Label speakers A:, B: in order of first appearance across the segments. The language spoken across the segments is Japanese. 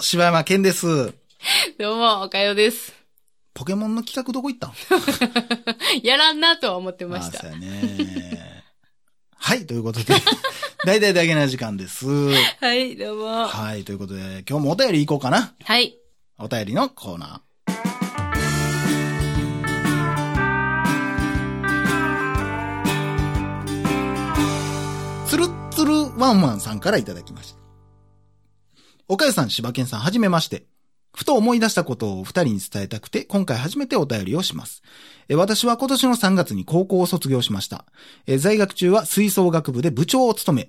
A: 柴山健です。
B: どうも、おかよです。
A: ポケモンの企画どこ行ったん
B: やらんなとは思ってまし
A: あ
B: た。
A: そうやね。はい、ということで、 大体だけな時間です。
B: はい、どうも。
A: はい、ということで、今日もお便り行こうかな。
B: はい。
A: お便りのコーナー。つるっつるワンワンさんからいただきました。おかゆさん、柴犬さん、はじめまして。ふと思い出したことをお二人に伝えたくて、今回初めてお便りをします。え私は今年の3月に高校を卒業しました。え在学中は吹奏楽部で部長を務め、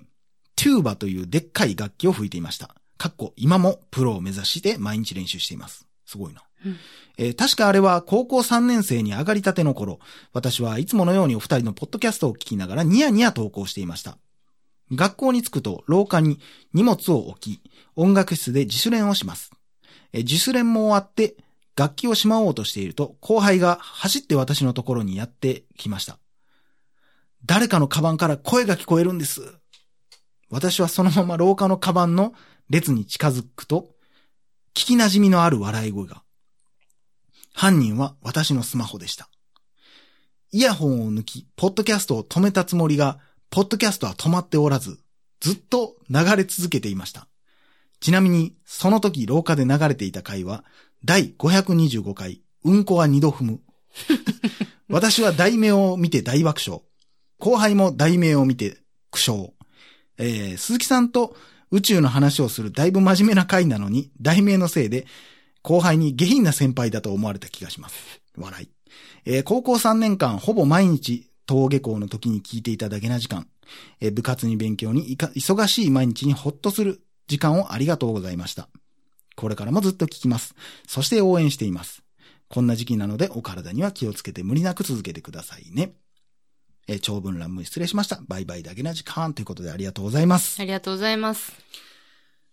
A: チューバというでっかい楽器を吹いていました。かっこ今もプロを目指して毎日練習しています。すごいな。
B: うん
A: えー確かあれは高校3年生に上がりたての頃、私はいつものようにお二人のポッドキャストを聞きながらニヤニヤ投稿していました。学校に着くと廊下に荷物を置き、音楽室で自主練をします。えー自主練も終わって、楽器をしまおうとしていると、後輩が走って私のところにやってきました。誰かのカバンから声が聞こえるんです。私はそのまま廊下のカバンの列に近づくと、聞き馴染みのある笑い声が。犯人は私のスマホでした。イヤホンを抜き、ポッドキャストを止めたつもりが、ポッドキャストは止まっておらず、ずっと流れ続けていました。ちなみに、その時廊下で流れていた回は、第525回、うんこは二度踏む。 私は題名を見て大爆笑。後輩も題名を見て苦笑。えー鈴木さんと宇宙の話をするだいぶ真面目な回なのに、題名のせいで、後輩に下品な先輩だと思われた気がします。笑い。えー高校3年間、ほぼ毎日、登下校の時に聞いていただけな時間。えー部活に勉強にいか忙しい毎日にほっとする時間をありがとうございました。これからもずっと聞きます。そして応援しています。こんな時期なのでお体には気をつけて無理なく続けてくださいね。えー長文乱文失礼しました。バイバイだけな時間ということでありがとうございます。
B: ありがとうございます。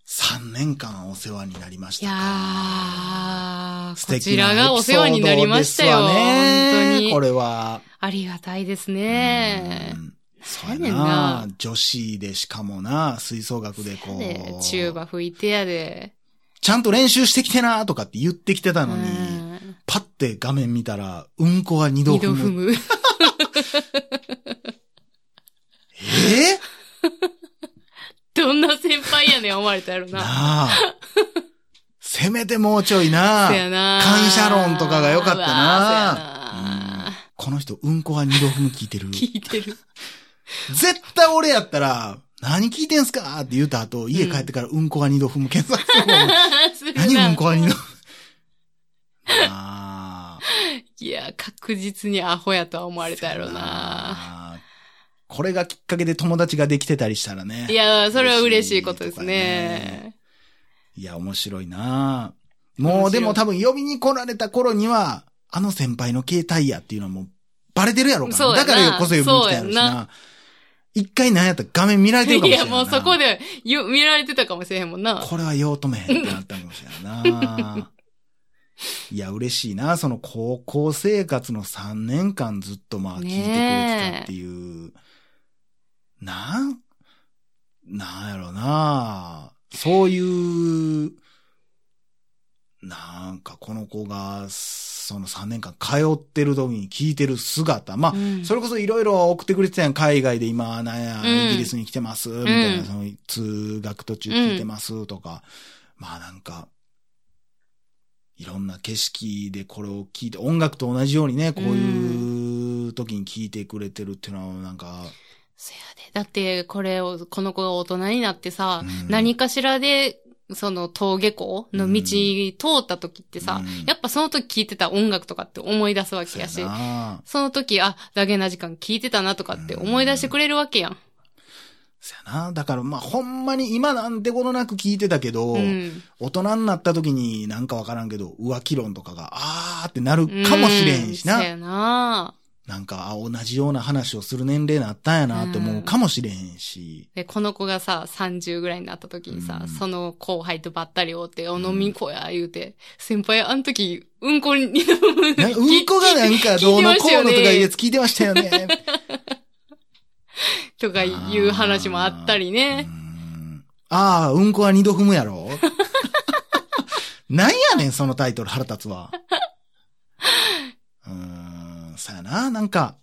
A: 3年間お世話になりまし
B: い
A: た
B: や
A: か。
B: ー、
A: 素
B: こ
A: 敵
B: ち
A: な
B: らがお世話になりましたよ。
A: エピソードですわね
B: 本当に。
A: これは。
B: ありがたいですね
A: う。んそう
B: な
A: や
B: んやねん
A: な
B: な。
A: 女子でしかもな、吹奏楽でこ
B: で、
A: う。
B: チューバ吹いてやで。
A: ちゃんと練習してきてなとかって言ってきてたのに、
B: うん
A: パッて画面見たら、うんこは二度
B: 二度
A: 踏
B: 踏
A: む。
B: む。
A: え
B: どんな先輩やねん、思われたやろ
A: ー、
B: な。
A: なあ。せめてもうちょいな
B: そやな
A: 感謝論とかが良かったな
B: うわーそやな
A: この人、うんこは二度踏む聞いてる。
B: 聞いて る。
A: 絶対俺やったら、何聞いてんすかって言うた後、家帰ってからうんこは二度踏む検索するもん。
B: するな
A: 何うんこは二 度踏む。ああ。
B: いや、確実にアホやとは思われたやろな。
A: これがきっかけで友達ができてたりしたらね。
B: いや、それは嬉しいことですね。
A: いや、面白いなも
B: 面白
A: う
B: い
A: でも多分呼びに来られた頃には、あの先輩の携帯やっていうのはもうバレてるやろから
B: そう
A: だ
B: やな
A: からこそ呼びに来たやろし
B: そうや
A: な。一回なんやったら画面見られてるか
B: い
A: もしれ
B: や、
A: んな
B: もうそこでよ見られてたかもしれへんもんな。
A: これは用止めへんってなったかもしれんな。いや、嬉しいな。その高校生活の3年間ずっとまあ聞いてくれてたっていう。なん、なんやろな。そういう、なんかこの子が、その3年間通ってる時に聞いてる姿。まあ、
B: うん
A: それこそいろいろ送ってくれてたやん。海外で今、なんや、
B: うん
A: イギリスに来てます、みたいな、
B: うん
A: その通学途中聞いてますとか、まあなんか、いろんな景色でこれを聞いて、音楽と同じようにね、こういう時に聞いてくれてるっていうのはなんか、
B: そやで。だって、これを、この子が大人になってさ、
A: うん
B: 何かしらで、その、登下校の道通った時ってさ、
A: うん
B: やっぱその時聞いてた音楽とかって思い出すわけやし
A: そう、な
B: その時、あ、ダゲな時間聞いてたなとかって思い出してくれるわけやん。
A: そうやな。だからまあほんまに今なんてことなく聞いてたけど、
B: うん。
A: 大人になった時になんかわからんけど、浮気論とかが、あーってなるかもしれんしな。
B: うそやな
A: なんか、あ、同じような話をする年齢になったんやなって思うかもしれへん し。
B: で、この子がさ、30ぐらいになった時にさ、
A: うん
B: その後輩とばったりおって、お飲みんこや、言うて、先輩、あの時、うんこに、
A: なうんこがなんかどうのこうのとかいうやつ聞いてましたよね。
B: とかいう話もあったり
A: う
B: ね。
A: んああ、うんこは二度踏むやろ なんやねん、そのタイトル、腹立つ わ。うーん、さやな、なんか、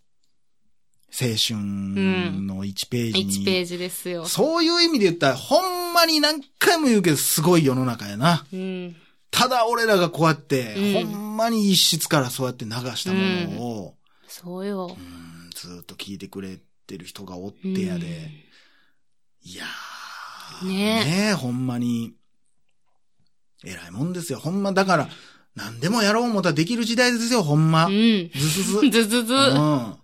A: 青春の1ページに。
B: 1ページですよ。
A: そういう意味で言ったら、ほんまに何回も言うけど、すごい世の中やな。
B: うん。
A: ただ俺らがこうやって、
B: うん
A: ほんまに一室からそうやって流したものを、
B: そうよ
A: う。ん、ずーっと聞いてくれてる人がおってやで。いやー。
B: ね
A: えほんまに。偉いもんですよ。ほんま、だから、何でもやろう思ったらできる時代ですよ、ほんま。
B: う
A: ず
B: ん。
A: ずず。
B: うん。ずずず。
A: うん。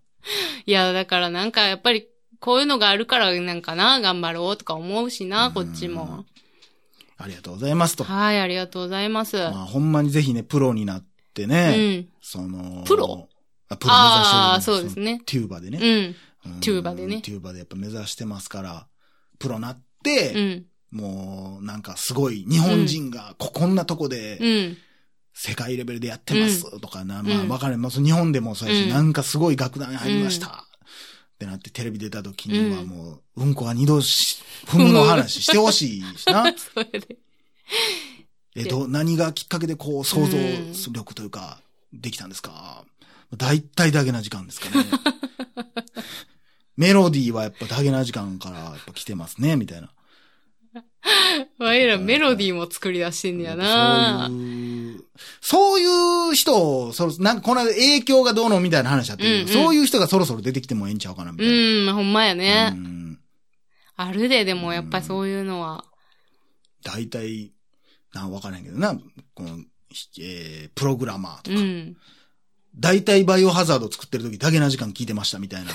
B: いや、だからなんかやっぱり、こういうのがあるからなんかな、頑張ろうとか思うしな、こっちも。
A: ありがとうございますと。ま
B: はい、ありがとうございます。
A: あ、ほんまにぜひね、プロになって
B: う
A: ね、
B: ん。
A: その、
B: プロ
A: あプロ目指してる
B: ああ、そうです。ね。
A: テューバで
B: う
A: ね、
B: ん。
A: うん
B: チューバでね
A: チューバでやっぱ目指してますから、プロなっ
B: う
A: て、
B: ん。
A: もう、なんかすごい、日本人がこ、こんなとこで、
B: うん。
A: 世界レベルでやってますとかな、まあ
B: うん
A: わかる。まあ、その日本でもそうやし、
B: うん
A: なんかすごい楽団入りました。ってなってテレビ出た時には
B: うん。
A: もう、うんこは二度し、踏むの話してほしいしな
B: それで。
A: え、ど、何がきっかけでこう想像
B: うん
A: 力というか、できたんですか大体だけな時間ですか ね。メロディーはやっぱだけな時間からやっぱ来てますね、みたいな。
B: 我らメロディーも作り出してんねやな
A: そういう、そういう人を、そろなんかこの間影響がどうのみたいな話あって、
B: うんうん
A: そういう人がそろそろ出てきてもええんちゃうかな、みたいな。
B: うん、ほんまやね。
A: うん
B: あるで、でもやっぱそういうのは。
A: 大体、なんかわからんけどな、この、ひえー、プログラマーと
B: う
A: か、
B: ん。
A: 大体バイオハザード作ってる時だけな時間聞いてましたみた いな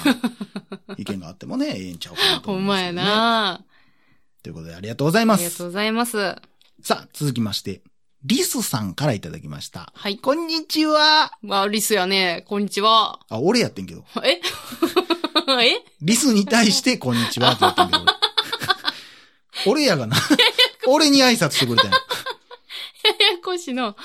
A: 意見があってもね、ええんちゃうかなと
B: ほ
A: 思い
B: ん
A: ま
B: ますや
A: けどね、
B: な
A: ということでありがとうございま
B: ありがとう
A: す。
B: ございます。
A: さあ、続きまして、リスさんからいただきました。
B: はい。
A: こんにちは。
B: わ、リスやね。こんにちは。
A: あ、俺やってんけど。
B: え え
A: リスに対して、こんにちはって言ったんだけど。俺やが な。俺に挨拶してくれたんや
B: ややこしいの。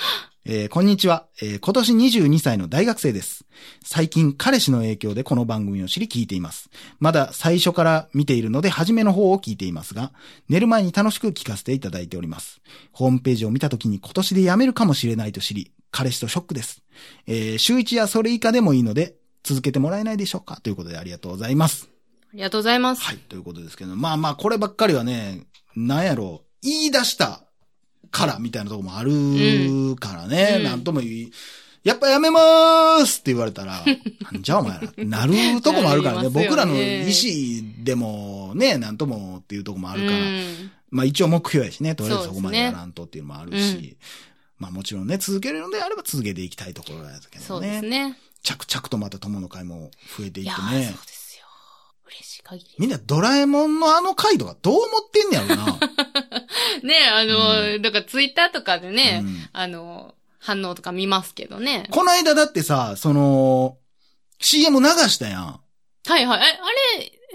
A: えーこんにちは、えー今年22歳の大学生です。最近彼氏の影響でこの番組を知り聞いています。まだ最初から見ているので初めの方を聞いていますが、寝る前に楽しく聞かせていただいております。ホームページを見た時に今年で辞めるかもしれないと知り、彼氏とショックです。えー週1やそれ以下でもいいので、続けてもらえないでしょうかということでありがとうございます。
B: ありがとうございます。
A: はい、ということですけど、まあまあ、こればっかりはね、なんやろう、言い出したからみたいなとこもあるからね、
B: うん
A: なんとも言い、やっぱやめまーすって言われた ら、なんじゃお前ら、なるとこもあるからね、
B: なりますよね
A: 僕らの意思でもね、なんともっていうとこもあるから、
B: うん
A: まあ一応目標やしね、とりあえずそこまで
B: そうですね
A: やらんとっていうのもあるし、まあもちろんね、続けるのであれば続けていきたいところやけ
B: そ
A: ど
B: うです
A: ね。
B: ね。
A: 着々とまた友の会も増えてい
B: い
A: って
B: や
A: ね。
B: ーそうですよ。嬉しい限り。
A: みんなドラえもんのあの回とかどう思ってんねや ろな。
B: ねあの、
A: う
B: だからツイッターとかでね、
A: うん
B: あの、反応とか見ますけどね。
A: この間だってさ、その、CM 流したや
B: はいはい。え、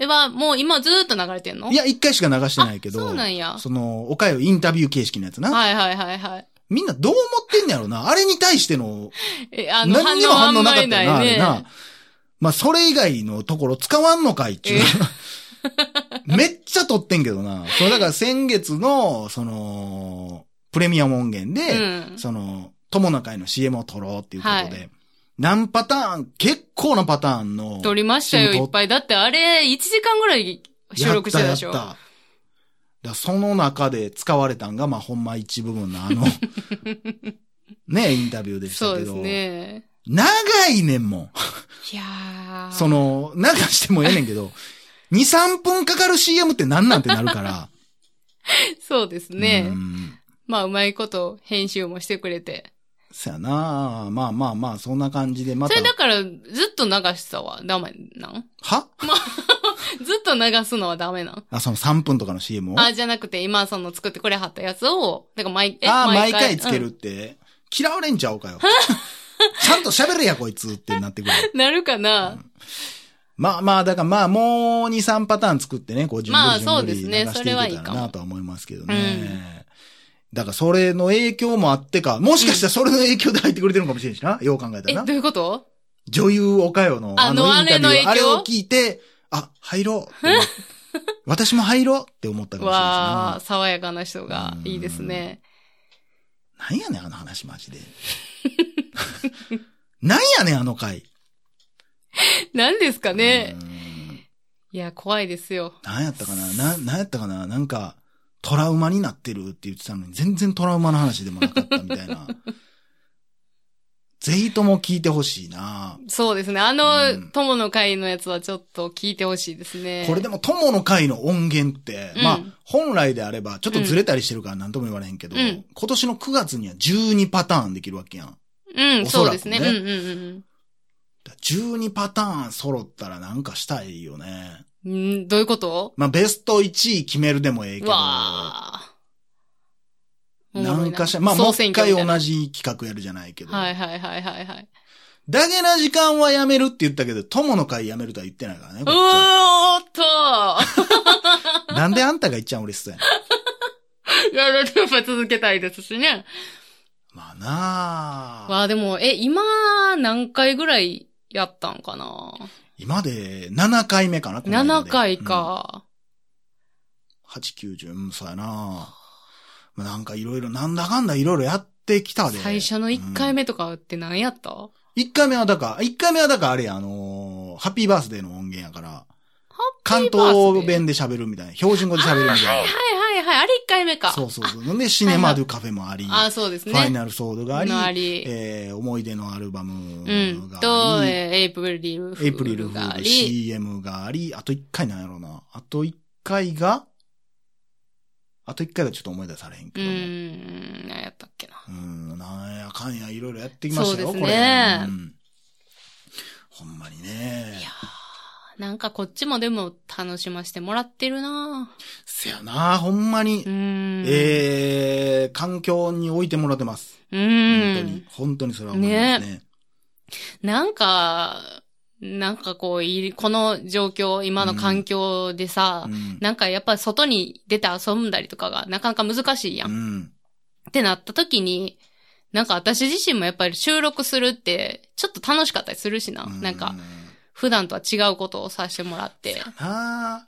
B: あれはもう今ずーっと流れてんの
A: ん。いや、一回しか流してないけど、
B: あそうなんや。
A: その、おかよインタビュー形式のやつな。
B: はいはいはいはい。
A: みんなどう思ってんねやろな。あれに対しての、
B: え、あの、
A: 何にも反
B: 反応あ
A: 応
B: ん
A: な
B: ま
A: かったよ
B: りな
A: な、あ
B: い
A: れな
B: ね。。
A: まあ、それ以外のところ使わんのかいっちゅう。 めっちゃ撮ってんけどな。そう、だから先月の、その、プレミアム音源で、
B: うん。
A: その、友の会の CM を撮ろうっていうことで、
B: は
A: 何パターン、結構なパターンの。
B: 撮りましたよ、
A: 仕事
B: いっぱい。だってあれ、1時間ぐらい収録してたでし
A: や
B: ょ。
A: ったやっただその中で使われたんが、まあ、ほんま一部分の あの、ね、インタビューでした
B: そう
A: け
B: です
A: ど。
B: ね。
A: 長いねんもん。
B: いやー。
A: その、流してもええねんけ ど、2、3分かかる CM ってなんなんてなるから。
B: そうです ね
A: う。ん
B: まあ、うまいこと編集もしてくれて。
A: そやなまあまあまあ、そんな感じで、ま
B: そ
A: た
B: れ、だから、ずっと流してたわ。ダメなん
A: は
B: ずっと流すのはダメなん
A: あ、その3分とかの CM を
B: あ、じゃなくて、今その作ってこれ貼ったやつを、だから毎、え
A: ああ、毎回つけるっ。て、嫌われんちゃおうかよ。 ちゃんと喋れや、こいつってなってくる。
B: うんなるかな、
A: まあまあ、だからまあ、もう2、3パターン作ってね、こう、順
B: ま
A: 繰
B: あ
A: り順繰
B: そうです
A: り流
B: ね
A: して
B: そ
A: いけた
B: れはいい
A: ら
B: かも
A: なとは思いますけどね。だから、それの影響もあってか、もしかしたらそれの影響で入ってくれてるのかもしれんしな。よう考えた
B: え、
A: ら
B: ど
A: な。
B: ういうこと
A: 女優おかよの
B: あ
A: あのインタビュー、あ
B: あのあ
A: れ
B: れの影響
A: を聞いて、あ、入ろうって思っ。 私も入ろうって思ったかもしれないしな
B: わあ、爽やかな人がいいですね。
A: なんやねん、あの話マジで。 なんやねん、あの回。
B: 何ですかね
A: う。ん
B: いや、怖いですよ。
A: なんやったかなな、なんやったかななんか、トラウマになってるって言ってたのに、全然トラウマの話でもなかったみたいな。 ぜひとも聞いてほしいな。
B: そうですね。あ
A: う
B: の
A: ん、
B: 友の会のやつはちょっと聞いてほしいですね。
A: これでも友の会の音源って、
B: うん
A: まあ、本来であれば、ちょっとずれたりしてるから何とも言われへんけど、
B: うん
A: 今年の9月には12パターンできるわけやん。だか
B: うん、
A: おそ
B: そ
A: ら
B: う
A: くね
B: ですね。うんうんうん
A: ら12パターン揃ったらなんかしたいよね。
B: うん。んどういうこと
A: まあ、ベスト1位決めるでもええけ
B: う
A: ど、
B: わあ。
A: なんかしら、まあ、もう一回同じ企画やるじゃないけ
B: じ
A: ど、
B: はいはいはいはいはい。
A: ダゲな時間はやめるって言ったけど、友の会やめるとは言ってないからね、こっちは
B: おーっと
A: なんであんたが言っちゃん嬉しそうやね
B: いや、やっぱ続けたいですしね。
A: ん。まあなあ
B: わあ、でも、え、今、何回ぐらいやったんかな
A: 今で7回目かな、この間
B: ?7
A: で
B: 回。か。
A: うん8、90、うん、そうやなまあなんかいろいろ、なんだかんだいろいろやってきたで。
B: 最初の1回
A: 目。
B: 目とかって何やった、ハ
A: 1回目はだから、1回目はだからあれや、あのーハッピーバースデーの音源やから、
B: ッ
A: 関
B: ピーバースデー
A: 東弁で喋るみたいな、標準語で喋るみたいな。
B: はいはいはい、あれ1回目か。
A: そうそうそう。で、シネマドゥカフェもあり、
B: あ、そうです
A: フ
B: ね。
A: ァイナルソードがあり、
B: のあり
A: えー思い出のアルバム
B: うん。
A: が
B: と、
A: あり、
B: えーエイプリルフ
A: エイプリル
B: ー
A: フ
B: ルがあ
A: ール
B: り、
A: CM があり、あと一回なんやろうな。あと一回が、あと一回がちょっと思い出されへん
B: う
A: けども。
B: ーん、何やったっけな。
A: うん、なんやかんやいろいろやってきましたよ、
B: そうで
A: こ
B: す
A: れ。
B: ね
A: うんほんまにね
B: い。やーなんかこっちもでも楽しませてもらってるな
A: せやな、ほんまに
B: う。ーん。
A: えー、環境に置いてもらってます。本
B: う
A: 当
B: ー
A: に
B: ん。。
A: 本当にそれは思いますね。
B: なんか、なんかこうい、この状況、今の環境でさ、
A: うん
B: なんかやっぱ外に出て遊んだりとかがなかなか難しいやん。
A: う
B: っ
A: ん。
B: てなった時に、なんか私自身もやっぱり収録するって、ちょっと楽しかったりするしな。なんか、普段とは違うことをさせてもらって。
A: なあ。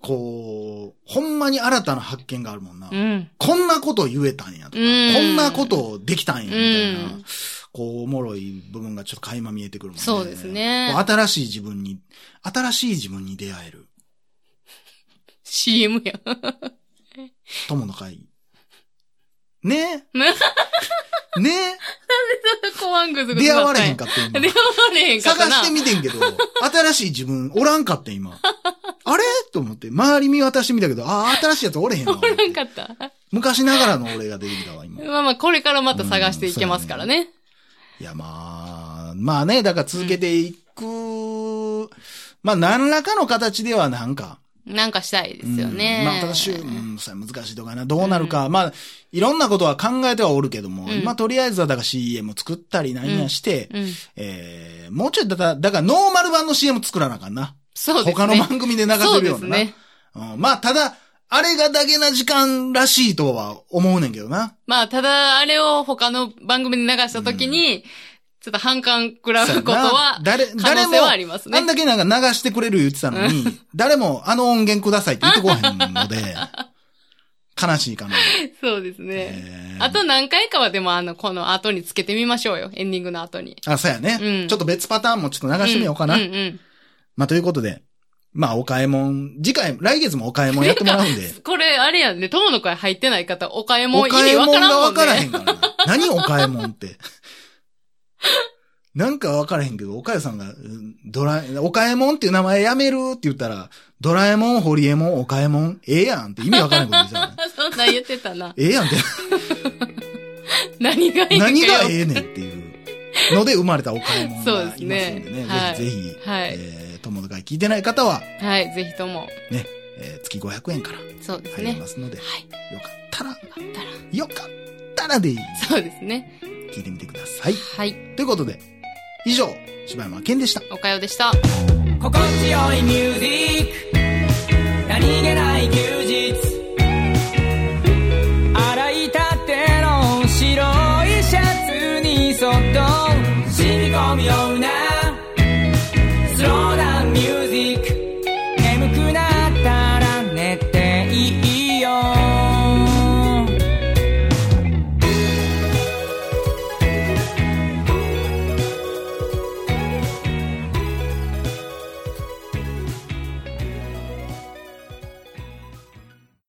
A: こう、ほんまに新たな発見があるもんな。
B: うん。
A: こんなこと言えたんやとか、
B: うん
A: こんなことできたんや、みたいな、
B: うん
A: こう、おもろい部分がちょっと垣間見えてくるもんね。
B: そうですね
A: こう新しい自分に、新しい自分に出会える。
B: CM や。
A: 友の会。 ねえ。ね
B: コワング
A: え。
B: ズ
A: 出会われへんかった
B: 出会
A: 今。
B: われへんかった
A: 探
B: な。
A: してみてんけど、新しい自分おらんかった今。あれと思って、周り見渡してみたけど、ああ、新しいやつおれへんわ。
B: おらんかった。
A: 昔ながらの俺が出てきたわ、今。
B: まあまあ、これからまた探していけますからね。
A: いや、まあ、まあね、だから続けていく、まあ、何らかの形ではなんか。
B: なんかしたいですよね。
A: うんまあ、ただし、うん、それは難しいとかな、どうなるか、まあ、いろんなことは考えてはおるけども、
B: うん
A: 今とりあえずは、だから CM 作ったりなんやして、
B: うん。
A: えー、もうちょいだから、だからノーマル版の CM 作らなあかんな。
B: そうですね。
A: 他の番組で流せるような
B: そう
A: な。
B: ですね。
A: うん、まあ、ただ、あれがだけな時間らしいとは思うねんけどな。
B: まあ、ただ、あれを他の番組で流したときに、ちょっと反感食らうこと
A: そ
B: は
A: うやな、誰、
B: 可
A: 誰
B: 能
A: も
B: 性はあります
A: あ
B: ね
A: ん。だけなんか流してくれる言ってたのに、誰もあの音源くださいって言ってこへんので、 悲しいかな。
B: そうですね。
A: えー
B: あと何回かはでも、あの、この後につけてみましょうよ。エンディングの後に。
A: あ、そうやね、
B: うん
A: ちょっと別パターンもちょっと流してみようかな。
B: うんうんうん。
A: まあ、ということで、まあ、お買い物、次回、来月もお買い物やってもらうんで。
B: これ、あれやんね、友の声入ってない方、お買い
A: お
B: 物意
A: 買
B: 味
A: い
B: わ
A: 物
B: から
A: が
B: ん も
A: わ
B: ん
A: からへ
B: ね
A: ん。からな。何お買い物って。 なんかわからへんけど、おかゆさんが、うんドラえ、お買い物っていう名前やめるって言ったら、ドラえもん、ホリエモン、お買い物、ええやんって意味わからへんこと言ってたよね
B: そんなん言って たな。
A: ええやんって。
B: 何がいいのか
A: 何が
B: よ
A: ええねんっていうので生まれたお買い物がいますんで
B: そう
A: ね。
B: ですねはい
A: ぜひぜひ、
B: はい
A: えー、友の会聞いてない方は、
B: はい、ぜひとも。
A: ね、えー月500円から
B: そうです
A: 入り
B: ね。
A: ますので、
B: はい。
A: よかったら、
B: あったら。
A: よかったらでいい
B: そうですね。
A: 聞いてみてください。
B: はい。
A: ということで、以上、柴山健でした。
B: おかよでした。
C: 心地よいミュージック何気ない休日洗いたての白いシャツにそっと染み込むよう